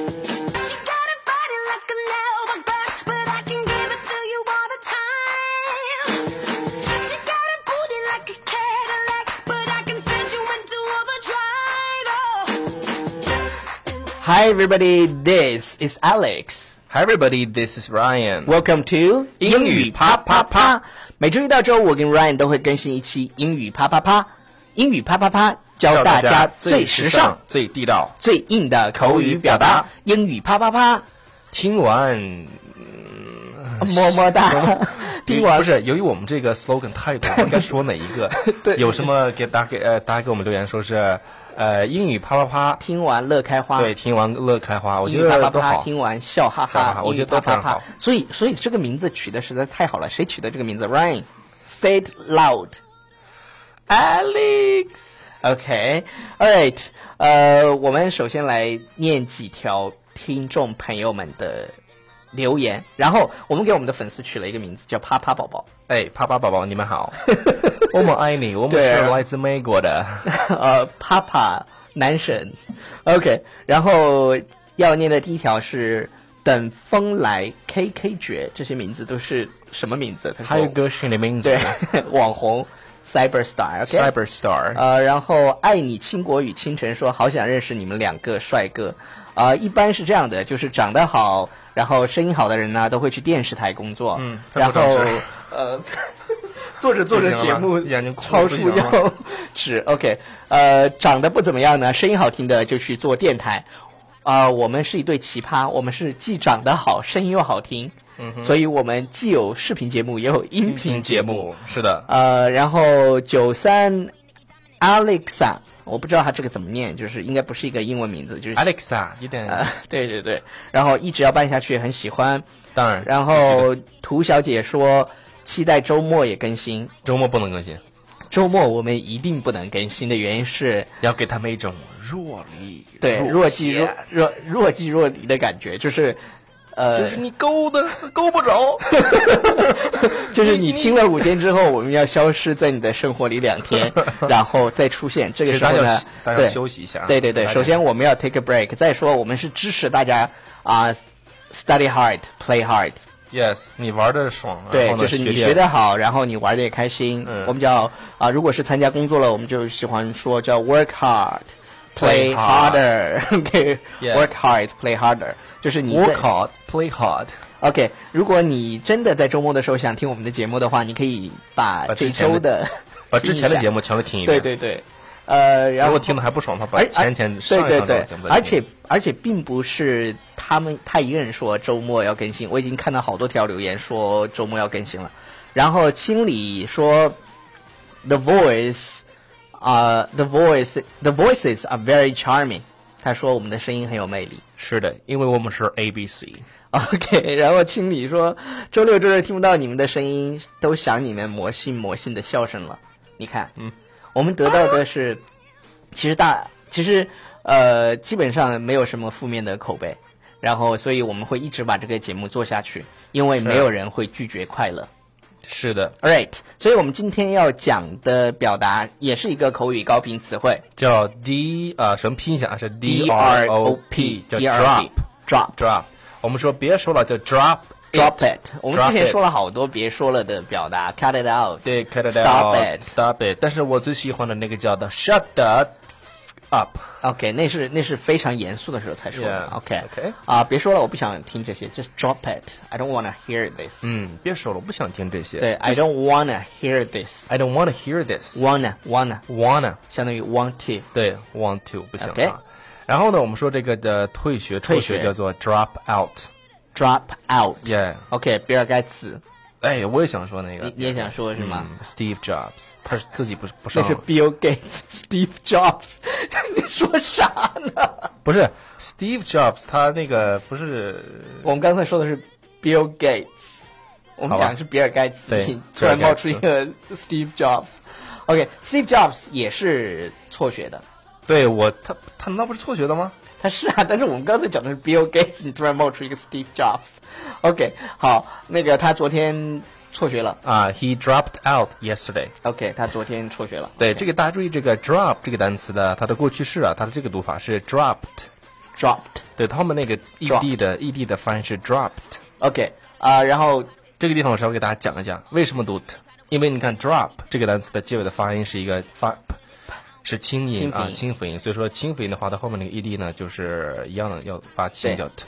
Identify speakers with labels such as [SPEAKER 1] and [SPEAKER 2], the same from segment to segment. [SPEAKER 1] She got a body like an hour but I can give it to you all the time. She got a booty like a Cadillac, but I can send you into overdrive.
[SPEAKER 2] Hi, everybody. This is Alex.
[SPEAKER 3] Hi everybody, this is Ryan.
[SPEAKER 2] Welcome to
[SPEAKER 3] 英语啪啪啪。
[SPEAKER 2] 每周一到周五，我跟 Ryan 都会更新一期英语啪啪啪。英语啪啪啪，教大家最时尚、、
[SPEAKER 3] 最地道。
[SPEAKER 2] 最硬的口语表达。英语啪啪啪，
[SPEAKER 3] 听完，
[SPEAKER 2] 么么 哒。听
[SPEAKER 3] 不
[SPEAKER 2] 完
[SPEAKER 3] 是？由于我们这个 slogan 太多， 应该说哪一个？
[SPEAKER 2] 对
[SPEAKER 3] 有什么给大家给呃大家给我们留言说是呃英语啪啪啪，
[SPEAKER 2] 听完乐开花。
[SPEAKER 3] 对，听完乐开花，啊我
[SPEAKER 2] 英
[SPEAKER 3] 觉
[SPEAKER 2] 语啪
[SPEAKER 3] 得
[SPEAKER 2] 啪
[SPEAKER 3] 都
[SPEAKER 2] 啪，
[SPEAKER 3] 好。
[SPEAKER 2] 听完笑哈
[SPEAKER 3] 笑哈
[SPEAKER 2] 哈，
[SPEAKER 3] 哈我觉得
[SPEAKER 2] 英语啪啪
[SPEAKER 3] 都非常
[SPEAKER 2] 啪
[SPEAKER 3] 好。
[SPEAKER 2] 所以，所以这个名字取的实在太好了。谁取的这个名字？Ryan，say it loud。
[SPEAKER 3] Alex，
[SPEAKER 2] OK, all right，呃，我们首先来念几条听众朋友们的留言，然后我们给我们的粉丝取了一个名字叫“啪啪宝宝
[SPEAKER 3] 哎，啪啪宝宝，你们 好，我们爱你，我们
[SPEAKER 2] 对
[SPEAKER 3] 是来自美国的。”，
[SPEAKER 2] 呃，啪啪男神，OK，然后要念的第一条是“等风来 KK 绝”，这些名字都是什么名字？他
[SPEAKER 3] 还有
[SPEAKER 2] 说
[SPEAKER 3] 歌是你的名字
[SPEAKER 2] 对 网红 Cyber Star，OK，、
[SPEAKER 3] ，Cyber Star。
[SPEAKER 2] 呃，然后爱你倾国与倾城说好想认识你们两个帅哥，啊、一般是这样的，就是长得好，然后声音好的人呢，都会去电视台工作，
[SPEAKER 3] 嗯在
[SPEAKER 2] 然
[SPEAKER 3] 不
[SPEAKER 2] 后
[SPEAKER 3] 正直
[SPEAKER 2] 呃， 做着做着
[SPEAKER 3] 不行
[SPEAKER 2] 节
[SPEAKER 3] 了
[SPEAKER 2] 目
[SPEAKER 3] 吧眼睛哭
[SPEAKER 2] 超
[SPEAKER 3] 了
[SPEAKER 2] 出
[SPEAKER 3] 不行 了
[SPEAKER 2] 腰尺，OK，呃，长得不怎么样呢，声音好听的就去做电台，啊、我们是一对奇葩，我们是既长得好，声音又好听，
[SPEAKER 3] 嗯
[SPEAKER 2] 所以我们既有视频节目，也有音频节目。
[SPEAKER 3] 是的，
[SPEAKER 2] 呃，然后九三 Alexa，我不知道它这个怎么念，就是应该不是一个英文名字，就是
[SPEAKER 3] Alexa，有 点、
[SPEAKER 2] 呃，对对对，然后一直要办下去，很喜欢。
[SPEAKER 3] 当然。
[SPEAKER 2] 然后涂小姐说，期待周末也更新，
[SPEAKER 3] 周末不能更新，
[SPEAKER 2] 周末我们一定不能更新的原因是，
[SPEAKER 3] 要给他们一种弱力
[SPEAKER 2] 对若即若
[SPEAKER 3] 陷
[SPEAKER 2] 若若即若离的感觉，就是。呃，
[SPEAKER 3] 就是你勾的 勾不着。
[SPEAKER 2] 就是你听了五天之后，我们要消失在你的生活里两 天，然后再出现。这个
[SPEAKER 3] 其实
[SPEAKER 2] 时候
[SPEAKER 3] 大家
[SPEAKER 2] 呢
[SPEAKER 3] 要，大家
[SPEAKER 2] 对
[SPEAKER 3] 要休息一下
[SPEAKER 2] 对对对，
[SPEAKER 3] 啊大家
[SPEAKER 2] 首先我们要 take a break。再说，我们是支持大家啊、s t u d y hard, play hard。
[SPEAKER 3] yes，你玩的爽，
[SPEAKER 2] 对
[SPEAKER 3] 然，后
[SPEAKER 2] 就
[SPEAKER 3] 呢
[SPEAKER 2] 是你
[SPEAKER 3] 啊学
[SPEAKER 2] 学得好，然后你玩的也开心。
[SPEAKER 3] 嗯
[SPEAKER 2] 我们叫啊、如果是参加工作了，我们就喜欢说叫 work hard, play
[SPEAKER 3] Play hard
[SPEAKER 2] harder。
[SPEAKER 3] Yeah
[SPEAKER 2] OK，work hard, play harder，就是你在
[SPEAKER 3] work hard play hard，
[SPEAKER 2] OK，如果你真的在周末的时候想听我们的节目的话，你可以把这
[SPEAKER 3] 把之
[SPEAKER 2] 一
[SPEAKER 3] 前
[SPEAKER 2] 周
[SPEAKER 3] 的
[SPEAKER 2] 的
[SPEAKER 3] 把之前的节
[SPEAKER 2] 目
[SPEAKER 3] 目全都听一
[SPEAKER 2] 对
[SPEAKER 3] 遍。
[SPEAKER 2] 对对，呃，然
[SPEAKER 3] 如
[SPEAKER 2] 后
[SPEAKER 3] 果听的还不爽的话，把
[SPEAKER 2] 而而
[SPEAKER 3] 前前上一
[SPEAKER 2] 对
[SPEAKER 3] 上
[SPEAKER 2] 对
[SPEAKER 3] 的
[SPEAKER 2] 对
[SPEAKER 3] 节目，再
[SPEAKER 2] 而
[SPEAKER 3] 听
[SPEAKER 2] 且而且并不是他们他一个人说周末要更新，我已经看到好多条留言说周末要更新了。然后清理说，The Voice 啊、t h e Voice The Voices are very charming。他说我们的声音很有魅力。
[SPEAKER 3] 是的，因为我们是 A B C。
[SPEAKER 2] OK，然后清理说，周六周日听不到你们的声音，都想你们魔性魔性的笑声了。你看，嗯，我们得到的是，其实大，其实呃，基本上没有什么负面的口碑，然后所以我们会一直把这个节目做下去，因为没有人会拒绝快乐。
[SPEAKER 3] 是的，
[SPEAKER 2] All right，所以我们今天要讲的表达也是一个口语高频词汇
[SPEAKER 3] 叫 D 啊、什么拼一下啊？是
[SPEAKER 2] ，D
[SPEAKER 3] D
[SPEAKER 2] R
[SPEAKER 3] O
[SPEAKER 2] O P
[SPEAKER 3] 叫
[SPEAKER 2] D R O
[SPEAKER 3] drop
[SPEAKER 2] P drop
[SPEAKER 3] drop。我们说别说了，叫 drop
[SPEAKER 2] Drop it。我们
[SPEAKER 3] Drop
[SPEAKER 2] 之前
[SPEAKER 3] it
[SPEAKER 2] 说了好多别说了的表达，cut it out，
[SPEAKER 3] 对，cut it
[SPEAKER 2] Stop
[SPEAKER 3] out,
[SPEAKER 2] it
[SPEAKER 3] stop it。但是我最喜欢的那个叫的 shut the up。
[SPEAKER 2] OK，那是那是非常严肃的时候才说的。
[SPEAKER 3] Yeah,
[SPEAKER 2] OK
[SPEAKER 3] OK
[SPEAKER 2] 啊，别说了，我不想听这些，just drop it。I don't wanna hear this。
[SPEAKER 3] 嗯，别说了，我不想听这些。
[SPEAKER 2] 对，I don't wanna hear this。
[SPEAKER 3] I don't want to hear this.
[SPEAKER 2] wanna wanna
[SPEAKER 3] Wanna
[SPEAKER 2] 相当于 want to。
[SPEAKER 3] 对 want to 不行
[SPEAKER 2] OK
[SPEAKER 3] 啊。然后呢，我们说这个的退学，
[SPEAKER 2] 退
[SPEAKER 3] 退
[SPEAKER 2] 学
[SPEAKER 3] 学叫做 drop out。
[SPEAKER 2] Drop out。
[SPEAKER 3] Yeah
[SPEAKER 2] OK，比尔盖茨，
[SPEAKER 3] 哎，我也想说那个
[SPEAKER 2] 你，你也想说是
[SPEAKER 3] 嗯
[SPEAKER 2] 吗？
[SPEAKER 3] ？Steve Jobs，他是自己不是不
[SPEAKER 2] 那
[SPEAKER 3] 上
[SPEAKER 2] 是
[SPEAKER 3] 了，
[SPEAKER 2] Bill Gates、Steve Jobs。你 说啥呢？
[SPEAKER 3] 不是 Steve Jobs，他那个不是
[SPEAKER 2] 我们刚才说的是 Bill Gates，我们
[SPEAKER 3] 好吧
[SPEAKER 2] 讲的是比尔盖茨，
[SPEAKER 3] 对
[SPEAKER 2] 你突然
[SPEAKER 3] 比尔
[SPEAKER 2] 冒
[SPEAKER 3] 盖茨
[SPEAKER 2] 出一个 Steve Jobs。OK，Steve Jobs 也是辍学的。
[SPEAKER 3] 对我他他难道不是辍学的吗？
[SPEAKER 2] 他是啊， 但是我们刚才讲的是 Bill Gates，你突然冒出一个 Steve Jobs。OK，好，那个他昨天辍学了。
[SPEAKER 3] 啊，He dropped out yesterday。
[SPEAKER 2] OK，他昨天辍学了。
[SPEAKER 3] 对，这个大家注意这个 drop 这个单词的它的过去式啊，它的这个读法是 dropped。
[SPEAKER 2] dropped。
[SPEAKER 3] 对他们那个异
[SPEAKER 2] Dropped
[SPEAKER 3] 地的异地的发音是 dropped。
[SPEAKER 2] OK 啊、然后
[SPEAKER 3] 这个地方我稍微给大家讲一下为什么读 t，因为你看 drop 这个单词的结尾的发音是一个发是清音
[SPEAKER 2] 清辅
[SPEAKER 3] 啊
[SPEAKER 2] 音
[SPEAKER 3] 清辅音，所以说清辅音的话，它后面那个 ed 呢就是一样的要发
[SPEAKER 2] 对
[SPEAKER 3] 清叫 t。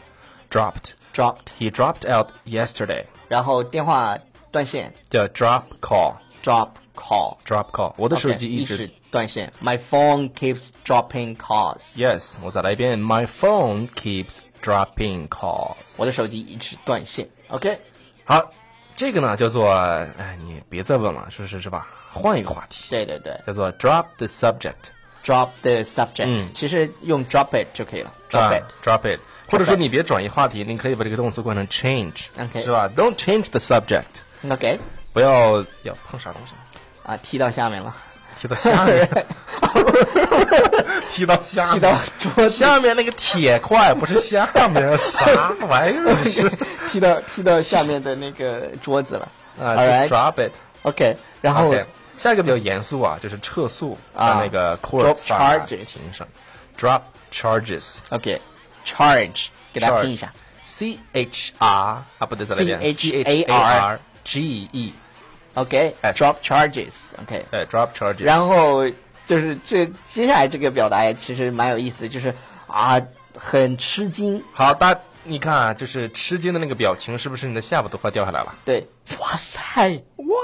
[SPEAKER 3] dropped
[SPEAKER 2] dropped，
[SPEAKER 3] he dropped out yesterday
[SPEAKER 2] 然后电话断线
[SPEAKER 3] 叫 drop call
[SPEAKER 2] drop call。
[SPEAKER 3] drop call 我的手
[SPEAKER 2] OK，
[SPEAKER 3] 机
[SPEAKER 2] 一
[SPEAKER 3] 一直
[SPEAKER 2] 断线，My phone keeps dropping calls。
[SPEAKER 3] yes 我再来一遍 my phone keeps dropping calls
[SPEAKER 2] 我的手机一直断线。OK，
[SPEAKER 3] 好这个呢叫做哎你别再问了是是是吧换一个话题
[SPEAKER 2] 对对对
[SPEAKER 3] 叫做 drop the subject
[SPEAKER 2] ，drop the subject，、
[SPEAKER 3] 嗯
[SPEAKER 2] 其实用 drop it 就可以了
[SPEAKER 3] 啊
[SPEAKER 2] ，drop it。
[SPEAKER 3] drop it，或者说
[SPEAKER 2] it
[SPEAKER 3] 你别转移话题，你可以把这个动词换成 change，
[SPEAKER 2] OK
[SPEAKER 3] 是吧？Don't change the subject，
[SPEAKER 2] OK，
[SPEAKER 3] 不要要碰啥东西，
[SPEAKER 2] 啊，踢到下面 了，
[SPEAKER 3] 踢到下面， 踢到下面，
[SPEAKER 2] 踢到桌子，
[SPEAKER 3] 下面那个铁块不是下面啥玩意儿？你是
[SPEAKER 2] 踢到踢到下面的那个桌子了。
[SPEAKER 3] 啊
[SPEAKER 2] All right，OK，、
[SPEAKER 3] ，just drop it。
[SPEAKER 2] 然后
[SPEAKER 3] OK，下一个比较严肃啊，就是撤诉
[SPEAKER 2] 啊
[SPEAKER 3] 在那个
[SPEAKER 2] drop
[SPEAKER 3] court 上啊
[SPEAKER 2] charges
[SPEAKER 3] 庭上，drop charges，C
[SPEAKER 2] OK，charge，给大家拼一下
[SPEAKER 3] H R 啊，不对，再来一遍
[SPEAKER 2] C
[SPEAKER 3] C
[SPEAKER 2] H A R
[SPEAKER 3] H A R G E，S
[SPEAKER 2] ，OK，drop charges，OK，、
[SPEAKER 3] 对，drop charges，
[SPEAKER 2] 然后就是这接下来这个表达也其实蛮有意思的，就是啊，很吃惊，
[SPEAKER 3] 好，大家你看啊，就是吃惊的那个表情，是不是你的下巴都快掉下来了？
[SPEAKER 2] 对，哇塞，
[SPEAKER 3] 哇！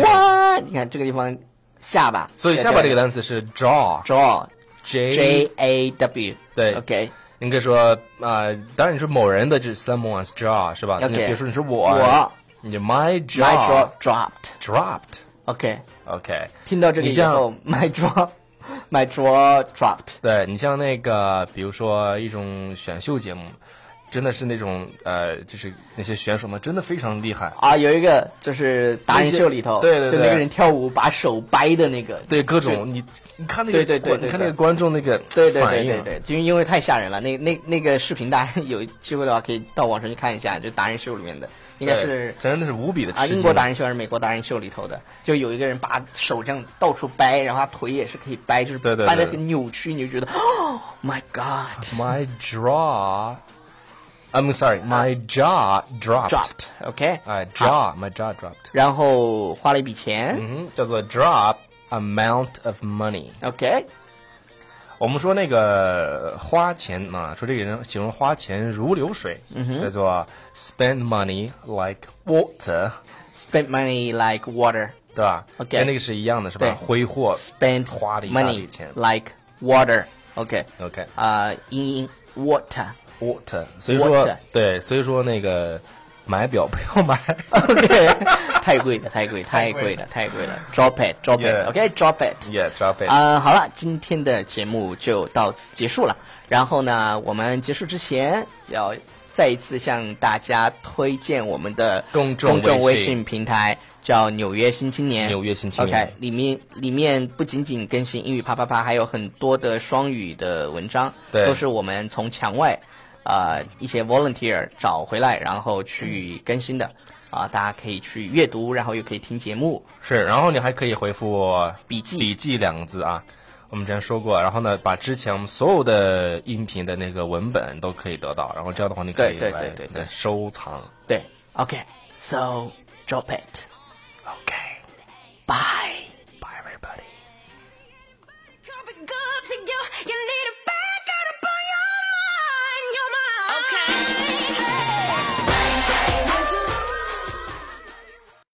[SPEAKER 2] 哇，你看这个地方下巴，
[SPEAKER 3] 所以下巴这个单词是 jaw
[SPEAKER 2] jaw
[SPEAKER 3] j，
[SPEAKER 2] J A W，
[SPEAKER 3] 对
[SPEAKER 2] ，OK，
[SPEAKER 3] 你可以说啊、呃当然你说某人的，就是 someone's jaw 是吧？
[SPEAKER 2] OK
[SPEAKER 3] 你比如说你说我，
[SPEAKER 2] 我
[SPEAKER 3] 你 my
[SPEAKER 2] my
[SPEAKER 3] jaw
[SPEAKER 2] jaw dropped，OK，、
[SPEAKER 3] dropped。OK，
[SPEAKER 2] 听到这里
[SPEAKER 3] 你
[SPEAKER 2] 以
[SPEAKER 3] 像
[SPEAKER 2] 后，my jaw my jaw dropped，
[SPEAKER 3] 对你像那个，比如说一种选秀节目，真的是那种呃，就是那些选手们真的非常厉害，
[SPEAKER 2] 啊，有一个就是达人秀里头，
[SPEAKER 3] 那些对对
[SPEAKER 2] 就
[SPEAKER 3] 对
[SPEAKER 2] 那个人跳舞把手掰的那个，
[SPEAKER 3] 对各种你你看那个
[SPEAKER 2] 对对对
[SPEAKER 3] 观
[SPEAKER 2] 对
[SPEAKER 3] 你看
[SPEAKER 2] 对
[SPEAKER 3] 那个观众那个
[SPEAKER 2] 对对
[SPEAKER 3] 反
[SPEAKER 2] 对
[SPEAKER 3] 应啊
[SPEAKER 2] 对对，就因为太吓人了。那那那个视频，大家 有机会的话可以到网上去看一下，就达人秀里面的，应该
[SPEAKER 3] 对
[SPEAKER 2] 是
[SPEAKER 3] 真的是无比的
[SPEAKER 2] 啊
[SPEAKER 3] 吃惊。
[SPEAKER 2] 英国达人秀还是美国达人秀里头的，就有一个人把手这样到处掰，然后他腿也是可以掰，就是
[SPEAKER 3] 对对对
[SPEAKER 2] 掰的很扭曲，你就觉得，Oh my God。
[SPEAKER 3] My jaw, I'm sorry, my jaw dropped.
[SPEAKER 2] Dropped, OK，
[SPEAKER 3] 哎，jaw, my jaw dropped.
[SPEAKER 2] 然后花了一笔钱、
[SPEAKER 3] 嗯哼，叫做 drop amount of money。
[SPEAKER 2] o k
[SPEAKER 3] 我们说那个花钱嘛，说这个人形容花钱如流水，
[SPEAKER 2] 嗯
[SPEAKER 3] 叫做 spend money like water，
[SPEAKER 2] spend money like water,
[SPEAKER 3] 对吧
[SPEAKER 2] OK
[SPEAKER 3] 跟那个是一样的，是吧
[SPEAKER 2] 对？
[SPEAKER 3] 挥霍
[SPEAKER 2] spend
[SPEAKER 3] 花了一大
[SPEAKER 2] money
[SPEAKER 3] 笔钱。
[SPEAKER 2] like water, OK，
[SPEAKER 3] OK，
[SPEAKER 2] 啊、英音 water，
[SPEAKER 3] water，所以说
[SPEAKER 2] water
[SPEAKER 3] 对，所以说那个买表不要买。
[SPEAKER 2] 太贵了，太贵，太贵了，太贵了。Drop it，drop
[SPEAKER 3] Yeah.
[SPEAKER 2] it，OK，drop it。
[SPEAKER 3] Yeah, drop it.
[SPEAKER 2] 啊、好了，今天的节目就到此结束了。然后呢，我们结束之前要再一次向大家推荐我们的
[SPEAKER 3] 公众
[SPEAKER 2] 微
[SPEAKER 3] 微
[SPEAKER 2] 信
[SPEAKER 3] 信
[SPEAKER 2] 平台，叫《纽约新青年》。
[SPEAKER 3] 纽约新青年
[SPEAKER 2] OK，里面里面不仅仅更新英语啪啪啪，还有很多的双语的文章，
[SPEAKER 3] 对
[SPEAKER 2] 都是我们从墙外啊、呃一些 volunteer 找回来，然后去更新的。啊，大家可以去阅读，然后又可以听节目。
[SPEAKER 3] 是，然后你还可以回复
[SPEAKER 2] 笔记
[SPEAKER 3] 笔记两个字啊。我们之前说过，然后呢，把之前我们所有的音频的那个文本都可以得到，然后这样的话，你可
[SPEAKER 2] 对
[SPEAKER 3] 以
[SPEAKER 2] 对
[SPEAKER 3] 来
[SPEAKER 2] 对对对
[SPEAKER 3] 来收藏。
[SPEAKER 2] 对，OK，so、drop it，OK，bye、
[SPEAKER 3] OK。
[SPEAKER 2] Bye